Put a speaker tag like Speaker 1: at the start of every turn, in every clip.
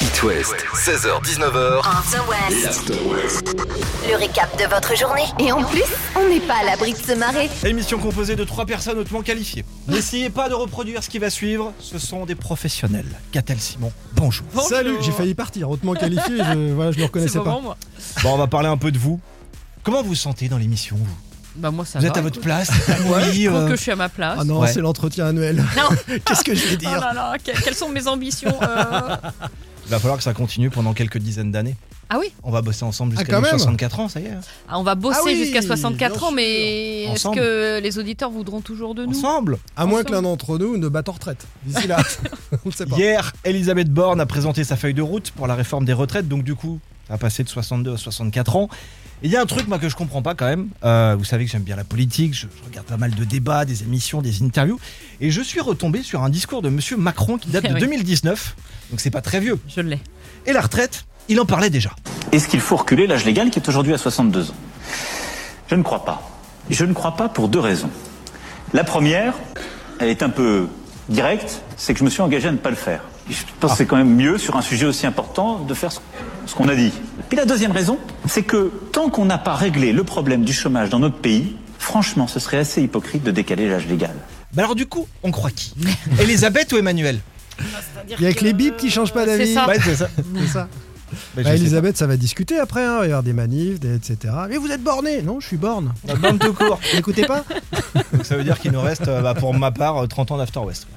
Speaker 1: It West, 16h-19h,
Speaker 2: After West. Le récap de votre journée.
Speaker 3: Et en plus, on n'est pas à l'abri de se marrer.
Speaker 4: Émission composée de trois personnes hautement qualifiées. N'essayez pas de reproduire ce qui va suivre, ce sont des professionnels. Catel Simon, bonjour.
Speaker 5: Salut, j'ai failli partir, hautement qualifié, je, voilà, je le reconnaissais pas.
Speaker 6: moi.
Speaker 4: Bon, on va parler un peu de vous. Comment vous vous sentez dans l'émission vous
Speaker 6: Bah moi ça
Speaker 4: Vous
Speaker 6: va.
Speaker 4: êtes à votre
Speaker 6: écoute.
Speaker 4: place
Speaker 6: Je
Speaker 4: Oui,
Speaker 6: trouve
Speaker 4: euh,
Speaker 6: que je suis à ma place.
Speaker 5: Ah non,
Speaker 4: Ouais.
Speaker 5: c'est l'entretien annuel.
Speaker 6: Non.
Speaker 5: Qu'est-ce que je vais
Speaker 6: Oh
Speaker 5: dire
Speaker 6: là là, que- quelles sont mes ambitions euh
Speaker 4: Il va falloir que ça continue pendant quelques dizaines d'années.
Speaker 6: Ah oui,
Speaker 4: On va bosser ensemble
Speaker 5: Ah,
Speaker 4: jusqu'à
Speaker 5: quand
Speaker 4: nos
Speaker 5: même
Speaker 4: 64 ans, ça y est. hein.
Speaker 6: ah, on va bosser
Speaker 5: Ah oui,
Speaker 6: jusqu'à 64
Speaker 5: bien
Speaker 6: ans,
Speaker 5: sûr.
Speaker 6: mais est-ce
Speaker 4: Ensemble.
Speaker 6: que les auditeurs voudront toujours de nous
Speaker 4: Ensemble
Speaker 5: À moins que l'un d'entre nous ne batte en retraite. D'ici là, on ne sait pas.
Speaker 4: Hier, Elisabeth Borne a présenté sa feuille de route pour la réforme des retraites, donc du coup, ça a passé de 62 à 64 ans. Et Il y a un truc moi, que je comprends pas quand même. Euh, vous savez que j'aime bien la politique, je, je regarde pas mal de débats, des émissions, des interviews. Et je suis retombé sur un discours de Monsieur Macron qui date de
Speaker 6: Oui.
Speaker 4: 2019, donc c'est pas très vieux.
Speaker 6: Je l'ai.
Speaker 4: Et la retraite, il en parlait déjà.
Speaker 7: Est-ce qu'il faut reculer l'âge légal qui est aujourd'hui à 62 ans Je ne crois pas. Je ne crois pas pour deux raisons. La première, elle est un peu directe, c'est que je me suis engagé à ne pas le faire. Et Je pense que c'est quand même mieux, sur un sujet aussi important, de faire ce- ce qu'on a dit. Puis la deuxième raison, c'est que tant qu'on n'a pas réglé le problème du chômage dans notre pays, franchement, ce serait assez hypocrite de décaler l'âge légal.
Speaker 4: Bah alors du coup, on croit qui Elisabeth ou Emmanuel
Speaker 5: Il y a que les bips qui changent pas d'avis.
Speaker 6: C'est ça.
Speaker 4: Ouais, c'est ça.
Speaker 5: C'est ça.
Speaker 4: Bah, je
Speaker 5: Bah,
Speaker 4: sais
Speaker 5: Elisabeth, ça va discuter après, hein. il va y avoir des manifs, des- etc. Mais vous êtes borné Non, je suis borne.
Speaker 4: pas. Bah, Borne tout court.
Speaker 5: Vous N'écoutez pas
Speaker 4: Donc ça veut dire qu'il nous reste, euh, bah, pour ma part, euh, 30 ans d'After West.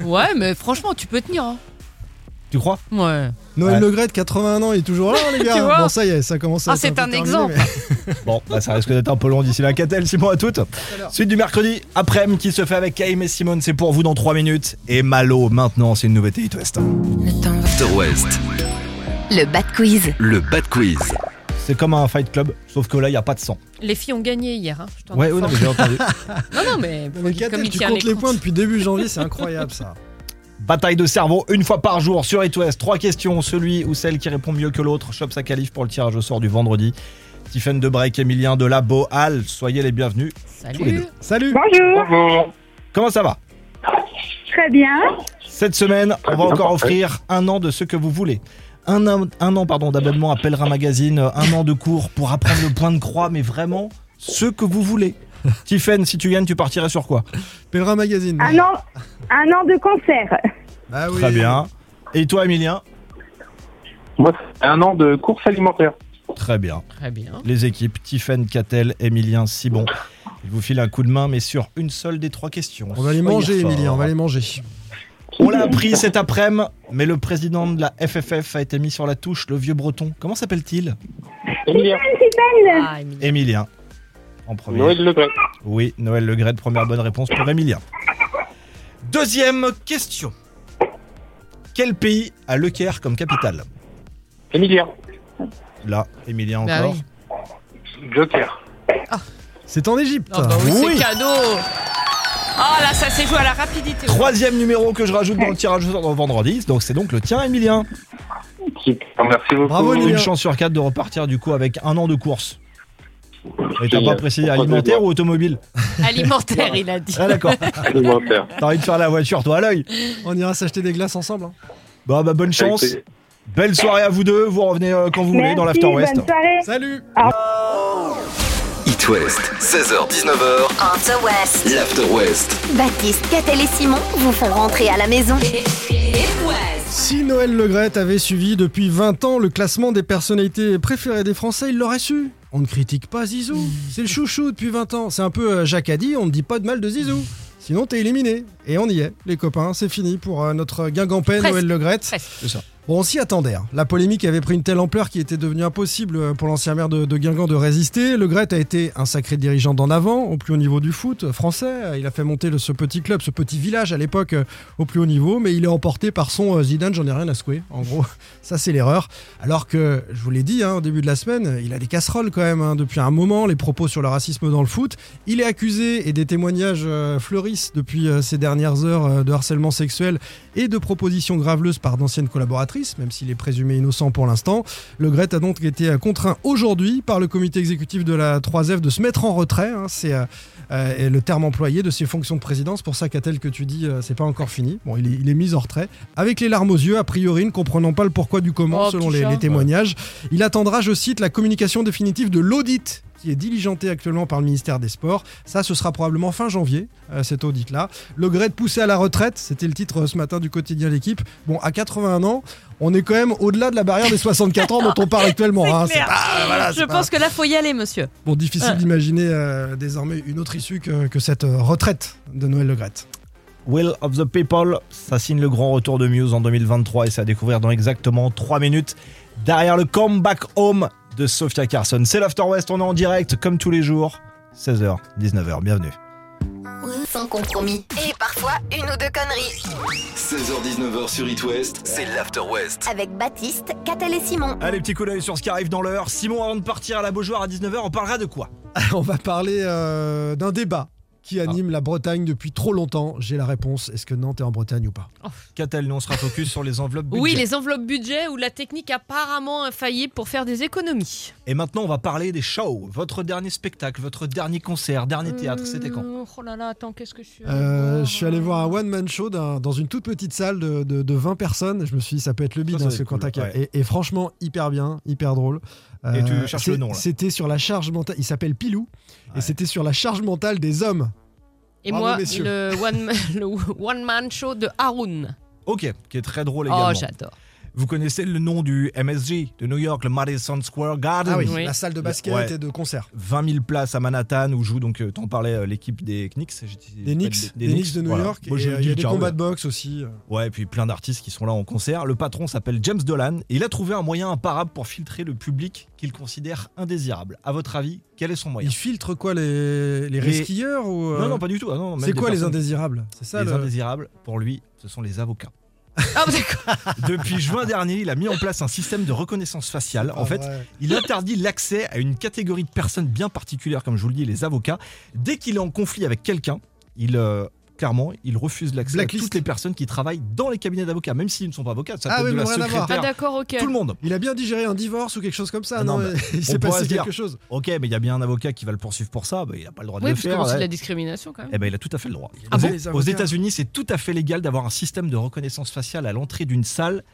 Speaker 6: Ouais, mais franchement, tu peux tenir. hein.
Speaker 4: Tu crois
Speaker 6: Ouais.
Speaker 5: Noël
Speaker 4: Ouais.
Speaker 5: Le Gret, 81 ans, il est toujours là, hein, les
Speaker 6: Tu
Speaker 5: gars.
Speaker 6: vois
Speaker 5: bon, ça y est, ça commence à
Speaker 6: Ah,
Speaker 5: être
Speaker 6: c'est
Speaker 5: peu
Speaker 6: un
Speaker 5: terminé,
Speaker 6: exemple.
Speaker 5: mais-
Speaker 4: Bon, bah, ça risque d'être un peu long d'ici là. Catel, Simon à toutes. Suite du mercredi, après-midi qui se fait avec Kaïm et Simone, c'est pour vous dans 3 minutes. Et Malo, maintenant, c'est une nouveauté Hit West.
Speaker 1: After West,
Speaker 3: Le bad quiz.
Speaker 1: le Bad Quiz.
Speaker 4: C'est comme un fight club, sauf que là, il n'y a pas de sang.
Speaker 6: Les filles ont gagné hier. hein, je t'en
Speaker 4: Ouais, ouais, non,
Speaker 6: informe.
Speaker 4: mais j'ai entendu.
Speaker 6: non, non, mais
Speaker 5: Non, mais Katel,
Speaker 6: comme il
Speaker 5: tu
Speaker 6: tient
Speaker 5: comptes les
Speaker 6: comptes.
Speaker 5: points depuis début janvier, c'est incroyable ça.
Speaker 4: Bataille de cerveau, une fois par jour sur It West. Trois questions, celui ou celle qui répond mieux que l'autre chope sa qualif pour le tirage au sort du vendredi. Tiffen Debrec, Emilien de la Boal, soyez les bienvenus. tous les
Speaker 6: Salut.
Speaker 4: deux.
Speaker 5: Salut
Speaker 8: Bonjour,
Speaker 4: Comment ça va
Speaker 8: très bien.
Speaker 4: Cette semaine, on va encore offrir un an de ce que vous voulez. Un an, un an pardon, d'abonnement à Pèlerin Magazine, un an de cours pour apprendre le point de croix, mais vraiment ce que vous voulez. Tiffen, si tu gagnes, tu partirais sur quoi
Speaker 5: Pèlerin Magazine.
Speaker 8: Un an, un an de concert.
Speaker 5: Bah oui.
Speaker 4: Très bien. Et toi, Emilien
Speaker 9: Moi, c'est un an de course alimentaire.
Speaker 4: Très bien.
Speaker 6: Très bien.
Speaker 4: Les équipes, Tiffen, Catel, Emilien, Sibon. Ils vous filent un coup de main, mais sur une seule des trois questions.
Speaker 5: On va les
Speaker 4: Soyez
Speaker 5: manger,
Speaker 4: forts.
Speaker 5: Emilie, on va les manger.
Speaker 4: On l'a appris cet après-midi, mais le président de la FFF a été mis sur la touche, le vieux breton. Comment s'appelle-t-il
Speaker 9: Emilien,
Speaker 6: Ah, Émilie.
Speaker 4: Emilien. En premier.
Speaker 9: Noël Le Gret.
Speaker 4: Oui, Noël Le Gret, première bonne réponse pour Emilien. Deuxième question. Quel pays a Le Caire comme capitale
Speaker 9: Emilien,
Speaker 4: Là, Emilien
Speaker 6: Bah
Speaker 4: encore.
Speaker 6: oui.
Speaker 9: Joker.
Speaker 5: C'est en Égypte.
Speaker 6: Ah, bah oui,
Speaker 4: Oui.
Speaker 6: c'est cadeau. Ah là, ça s'est joué à la rapidité.
Speaker 4: Troisième numéro que je rajoute dans le tirage au sort dans vendredi, donc c'est donc le tien, Emilien.
Speaker 9: Super, merci beaucoup.
Speaker 5: Bravo, Emilien.
Speaker 4: Une chance sur quatre de repartir du coup avec un an de course. Et t'as pas
Speaker 9: Génial.
Speaker 4: précisé alimentaire ou automobile
Speaker 6: Alimentaire, il a dit.
Speaker 4: Ah d'accord,
Speaker 9: Alimentaire.
Speaker 4: t'as envie de faire la voiture toi à l'œil.
Speaker 5: On ira s'acheter des glaces ensemble. hein.
Speaker 4: Bon bah bonne chance,
Speaker 9: Avec plaisir.
Speaker 4: belle soirée à vous deux, vous revenez euh, quand vous voulez dans
Speaker 8: Merci,
Speaker 4: l'After West.
Speaker 8: bonne soirée.
Speaker 5: Salut
Speaker 1: It West, 16h-19h,
Speaker 2: After West.
Speaker 1: l'After West.
Speaker 3: Baptiste, Catel et Simon vous font rentrer à la maison.
Speaker 5: Si Noël Le Gret avait suivi depuis 20 ans le classement des personnalités préférées des Français, il l'aurait su. On ne critique pas Zizou. C'est le chouchou depuis 20 ans. C'est un peu euh, Jacques a dit, on ne dit pas de mal de Zizou. Sinon, t'es éliminé. Et on y est, les copains, c'est fini pour euh, notre guingampais
Speaker 6: Presque.
Speaker 5: Noël Le Gret.
Speaker 6: Presque.
Speaker 4: C'est ça.
Speaker 5: Bon, on s'y attendait. hein. La polémique avait pris une telle ampleur qu'il était devenu impossible euh, pour l'ancien maire de, de Guingamp de résister. Le Gret a été un sacré dirigeant d'en avant, au plus haut niveau du foot euh, français. Euh, Il a fait monter le- ce petit club, ce petit village à l'époque euh, au plus haut niveau, mais il est emporté par son euh, Zidane, j'en ai rien à secouer. En gros, ça c'est l'erreur. Alors que, je vous l'ai dit hein, au début de la semaine, il a des casseroles quand même hein, depuis un moment, les propos sur le racisme dans le foot. Il est accusé et des témoignages euh, fleurissent depuis euh, ces dernières heures euh, de harcèlement sexuel et de propositions graveleuses par d'anciennes collaboratrices. actrice, même s'il est présumé innocent pour l'instant. Le Gret a donc été euh, contraint aujourd'hui par le comité exécutif de la 3F de se mettre en retrait. hein. c'est euh, euh, le terme employé de ses fonctions de présidence. Pour ça, Catel, que tu dis, euh, c'est pas encore fini. Bon, il est, il est mis en retrait. Avec les larmes aux yeux, a priori, ne comprenant pas le pourquoi du comment,
Speaker 6: Oh,
Speaker 5: selon
Speaker 6: petit
Speaker 5: les,
Speaker 6: chat.
Speaker 5: les témoignages. Il attendra, je cite, la communication définitive de l'audit qui est diligenté actuellement par le ministère des Sports. Ça, ce sera probablement fin janvier, euh, cet audit-là. Le gré de pousser à la retraite, c'était le titre euh, ce matin du quotidien L'équipe. Bon, à 81 ans, on est quand même au-delà de la barrière des 64 ans dont on parle actuellement. hein. C'est
Speaker 6: clair.
Speaker 5: pas- voilà,
Speaker 6: Je
Speaker 5: c'est pas-
Speaker 6: pense que là, faut y aller, monsieur.
Speaker 5: Bon, difficile
Speaker 6: Ouais.
Speaker 5: d'imaginer euh, désormais une autre issue que, que cette euh, retraite de Noël Le Graët.
Speaker 4: Will of the People, ça signe le grand retour de Muse en 2023 et c'est à découvrir dans exactement 3 minutes. Derrière le comeback home de Sophia Carson. C'est l'After West, on est en direct comme tous les jours. 16h, 19h, bienvenue.
Speaker 3: Sans compromis. Et parfois, une ou deux conneries.
Speaker 1: 16h-19h sur It West, c'est l'After West.
Speaker 3: Avec Baptiste, Catel et Simon.
Speaker 4: Allez, petit coup d'œil sur ce qui arrive dans l'heure. Simon, avant de partir à la Beaujoire à 19h, on parlera de quoi
Speaker 5: On va parler euh, d'un débat qui anime la Bretagne depuis trop longtemps. J'ai la réponse. Est-ce que Nantes est en Bretagne ou pas
Speaker 4: Catel, nous on sera focus sur les enveloppes budget.
Speaker 6: Oui, les enveloppes budget ou la technique apparemment infaillible pour faire des économies.
Speaker 4: Et maintenant, on va parler des shows. Votre dernier spectacle, votre dernier concert, dernier théâtre, c'était quand
Speaker 6: Hum, Oh là là, attends, qu'est-ce que je suis.
Speaker 5: Euh, Je suis allé voir un one-man show d'un- dans une toute petite salle de, de- de 20 personnes. Je me suis dit, ça peut être le bide,
Speaker 4: Ça, ça
Speaker 5: hein,
Speaker 4: va
Speaker 5: ce
Speaker 4: être cool,
Speaker 5: contact.
Speaker 4: ouais.
Speaker 5: Et, et franchement, hyper bien, hyper drôle. Euh,
Speaker 4: Et tu cherches le
Speaker 5: c'est-
Speaker 4: nom, là.
Speaker 5: C'était sur la charge mentale. Il s'appelle Pilou.
Speaker 4: Ouais.
Speaker 5: Et c'était sur la charge mentale des hommes.
Speaker 6: Et
Speaker 5: bravo,
Speaker 6: moi,
Speaker 5: messieurs.
Speaker 6: le one, le one man show de Haroun.
Speaker 4: Ok, qui est très drôle également.
Speaker 6: Oh, j'adore.
Speaker 4: Vous connaissez le nom du MSG de New York, le Madison Square Garden.
Speaker 5: Ah oui,
Speaker 6: Oui.
Speaker 5: la salle de basket
Speaker 4: Ouais.
Speaker 5: et de concert.
Speaker 4: 20 000 places à Manhattan où joue donc, euh, t'en parlais, euh, l'équipe des Knicks. j'ai dit-
Speaker 5: Des Knicks, des, Knicks de New
Speaker 4: voilà.
Speaker 5: York.
Speaker 4: Moi,
Speaker 5: et,
Speaker 4: je
Speaker 5: euh,
Speaker 4: dis
Speaker 5: il y a des
Speaker 4: Charles.
Speaker 5: combats de boxe aussi.
Speaker 4: Ouais, et puis plein d'artistes qui sont là en concert. Le patron s'appelle James Dolan et il a trouvé un moyen imparable pour filtrer le public qu'il considère indésirable. À votre avis, quel est son moyen
Speaker 5: Il filtre quoi les,
Speaker 4: Les-
Speaker 5: les resquilleurs ou euh,
Speaker 4: Non, non, pas du tout. Ah, non, même
Speaker 5: C'est
Speaker 4: des
Speaker 5: quoi les
Speaker 4: personnes-
Speaker 5: indésirables euh C'est ça
Speaker 4: Les
Speaker 5: le-
Speaker 4: indésirables, pour lui, ce sont les avocats.
Speaker 6: Ah, d'accord.
Speaker 4: Depuis juin dernier, il a mis en place un système de reconnaissance faciale.
Speaker 5: Ah
Speaker 4: En fait, il interdit l'accès à une catégorie de personnes bien particulière, comme je vous le dis, les avocats. Dès qu'il est en conflit avec quelqu'un, il euh, clairement, il refuse l'accès à
Speaker 5: Blacklist.
Speaker 4: toutes les personnes qui travaillent dans les cabinets d'avocats, même s'ils ne sont pas avocats. Ça peut
Speaker 5: Ah
Speaker 4: être
Speaker 5: oui,
Speaker 4: de la
Speaker 5: mais rien à voir.
Speaker 6: Ah,
Speaker 4: secrétaire,
Speaker 6: d'accord, ok.
Speaker 4: tout le monde.
Speaker 5: Il a bien digéré un divorce ou quelque chose comme ça,
Speaker 4: Ah
Speaker 5: non,
Speaker 4: non, mais
Speaker 5: Il s'est
Speaker 4: on pourrait
Speaker 5: passé
Speaker 4: se dire-
Speaker 5: quelque chose.
Speaker 4: Ok, mais il y a bien un avocat qui va le poursuivre pour ça. bah, il n'a pas le droit de
Speaker 6: Oui,
Speaker 4: le
Speaker 6: parce que
Speaker 4: faire.
Speaker 6: bon, c'est de
Speaker 4: ouais.
Speaker 6: la discrimination quand même.
Speaker 4: Eh ben, il a tout à fait le droit.
Speaker 5: Ah
Speaker 4: aux
Speaker 5: bon
Speaker 4: aux
Speaker 5: Les avocats.
Speaker 4: États-Unis, c'est tout à fait légal d'avoir un système de reconnaissance faciale à l'entrée d'une salle.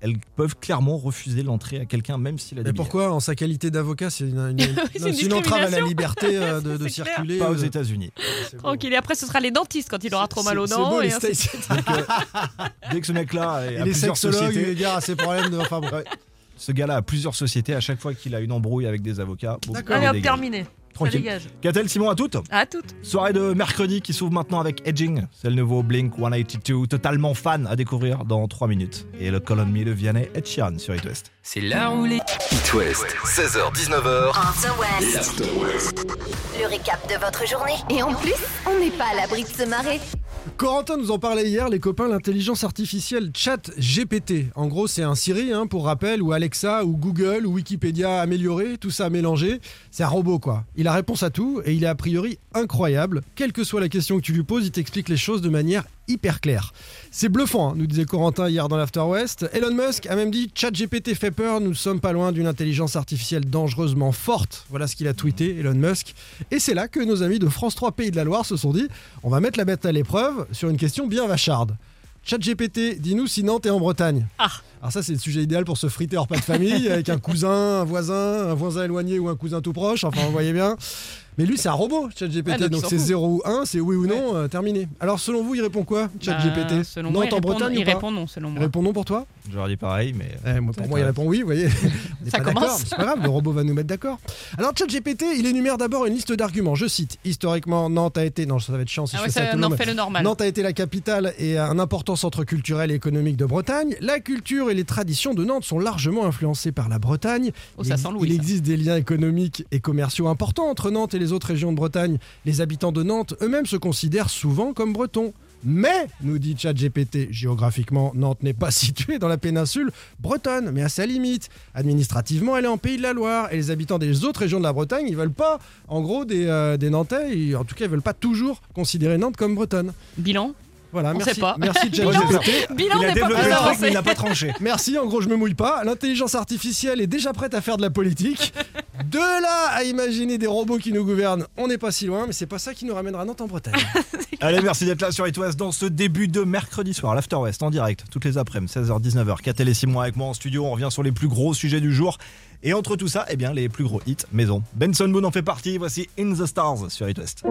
Speaker 4: Elles peuvent clairement refuser l'entrée à quelqu'un, même s'il a des
Speaker 5: Mais
Speaker 4: billets.
Speaker 5: pourquoi, en sa qualité d'avocat, c'est une, une-
Speaker 6: c'est
Speaker 5: non,
Speaker 6: une
Speaker 5: c'est une entrave à la
Speaker 6: discrimination.
Speaker 5: liberté euh, de, de
Speaker 6: C'est clair.
Speaker 5: circuler
Speaker 4: Pas aux
Speaker 5: euh,
Speaker 4: États-Unis.
Speaker 5: c'est beau.
Speaker 6: Tranquille. Et après, ce sera les dentistes quand il aura trop mal aux
Speaker 5: C'est-
Speaker 6: dents.
Speaker 5: C'est beau,
Speaker 6: et
Speaker 5: les
Speaker 6: ainsi de
Speaker 5: States. euh,
Speaker 4: Dès que ce mec-là est
Speaker 5: Et
Speaker 4: à
Speaker 5: les
Speaker 4: plusieurs
Speaker 5: sexologues,
Speaker 4: sociétés,
Speaker 5: les gars, à ces problèmes de. Enfin bon.
Speaker 4: ce gars-là a plusieurs sociétés. À chaque fois qu'il a une embrouille avec des avocats, bon,
Speaker 5: D'accord.
Speaker 4: il
Speaker 6: Allez, hop,
Speaker 4: dégage.
Speaker 6: terminé. Ça
Speaker 4: hein, Tranquille.
Speaker 6: dégage.
Speaker 4: Qu'a-t-elle Simon à toutes
Speaker 6: À toutes.
Speaker 4: Soirée de mercredi qui s'ouvre maintenant avec Edging. C'est le nouveau Blink 182, totalement fan à découvrir dans 3 minutes. Et le Colon Me de Vianney Ed Sheeran sur It West.
Speaker 2: C'est la roulette.
Speaker 1: It West, 16h-19h,
Speaker 3: En The West.
Speaker 1: l'After West.
Speaker 3: Le récap de votre journée. Et en plus, on n'est pas à l'abri de se marrer.
Speaker 5: Corentin nous en parlait hier, les copains, l'intelligence artificielle Chat GPT. En gros, c'est un Siri, hein, pour rappel, ou Alexa, ou Google, ou Wikipédia amélioré, tout ça mélangé. C'est un robot, quoi. Il a réponse à tout et il est a priori incroyable. Quelle que soit la question que tu lui poses, il t'explique les choses de manière hyper claire. C'est bluffant, hein, nous disait Corentin hier dans l'After West. Elon Musk a même dit Chat GPT fait peur, nous ne sommes pas loin d'une intelligence artificielle dangereusement forte. Voilà ce qu'il a tweeté, Elon Musk. Et c'est là que nos amis de France 3 Pays de la Loire se sont dit on va mettre la bête à l'épreuve sur une question bien vacharde. ChatGPT, dis-nous si Nantes est en Bretagne.
Speaker 6: Ah.
Speaker 5: Alors ça, c'est le sujet idéal pour se friter hors pas de famille avec un cousin, un voisin, un voisin éloigné ou un cousin tout proche. Enfin, vous voyez bien. Mais lui, c'est un robot, ChatGPT.
Speaker 6: Ah, donc
Speaker 5: donc
Speaker 6: il s'en
Speaker 5: c'est
Speaker 6: fout.
Speaker 5: 0 ou 1, c'est oui ou non, euh, terminé. Alors selon vous, il répond quoi, ChatGPT
Speaker 6: Bah, Selon
Speaker 5: Nantes
Speaker 6: moi,
Speaker 5: en
Speaker 6: il répond-
Speaker 5: Bretagne
Speaker 6: il
Speaker 5: ou pas
Speaker 6: répond non, selon
Speaker 5: Il
Speaker 6: moi.
Speaker 5: répond non pour toi
Speaker 4: J'aurais dit pareil, mais.
Speaker 5: Eh, moi, Pour moi, il répond oui, vous voyez. On n'est
Speaker 6: Ça
Speaker 5: pas d'accord,
Speaker 6: commence.
Speaker 5: mais C'est pas grave, le robot va nous mettre d'accord. Alors, ChatGPT, il énumère d'abord une liste d'arguments. Je cite Historiquement, Nantes a été. Non, ça va être chiant si
Speaker 6: Ah
Speaker 5: je
Speaker 6: ouais,
Speaker 5: fais ça, à
Speaker 6: ça,
Speaker 5: tout le
Speaker 6: non,
Speaker 5: monde.
Speaker 6: fais le normal.
Speaker 5: Nantes a été la capitale et un important centre culturel et économique de Bretagne. La culture et les traditions de Nantes sont largement influencées par la Bretagne.
Speaker 6: Oh,
Speaker 5: il,
Speaker 6: ça
Speaker 5: ex-
Speaker 6: sent Louis,
Speaker 5: il
Speaker 6: ça.
Speaker 5: existe des liens économiques et commerciaux importants entre Nantes et les autres régions de Bretagne. Les habitants de Nantes eux-mêmes se considèrent souvent comme bretons. Mais, nous dit ChatGPT, géographiquement, Nantes n'est pas située dans la péninsule bretonne, mais à sa limite. Administrativement, elle est en Pays de la Loire. Et les habitants des autres régions de la Bretagne, ils veulent pas, en gros, des, euh, des Nantais, ils- en tout cas, ils veulent pas toujours considérer Nantes comme bretonne.
Speaker 6: Bilan
Speaker 5: Voilà,
Speaker 6: On
Speaker 5: merci.
Speaker 6: sait pas.
Speaker 5: Merci
Speaker 4: Moi,
Speaker 5: James
Speaker 4: j'ai peur.
Speaker 5: GPT.
Speaker 6: Bilan Ah,
Speaker 4: il a
Speaker 6: n'est pas
Speaker 4: développé le truc,
Speaker 6: plus
Speaker 4: mais
Speaker 6: avancé.
Speaker 4: il n'a pas tranché.
Speaker 5: Merci, en gros, je me mouille pas. L'intelligence artificielle est déjà prête à faire de la politique. De là à imaginer des robots qui nous gouvernent, on n'est pas si loin, mais c'est pas ça qui nous ramènera Nantes en Bretagne.
Speaker 4: Allez, merci d'être là sur It West dans ce début de mercredi soir, l'After West en direct, toutes les après-midi, 16h, 19h. Catel et Simon avec moi en studio, on revient sur les plus gros sujets du jour. Et entre tout ça, eh bien, les plus gros hits maison. Benson Boone en fait partie, voici In the Stars sur It West.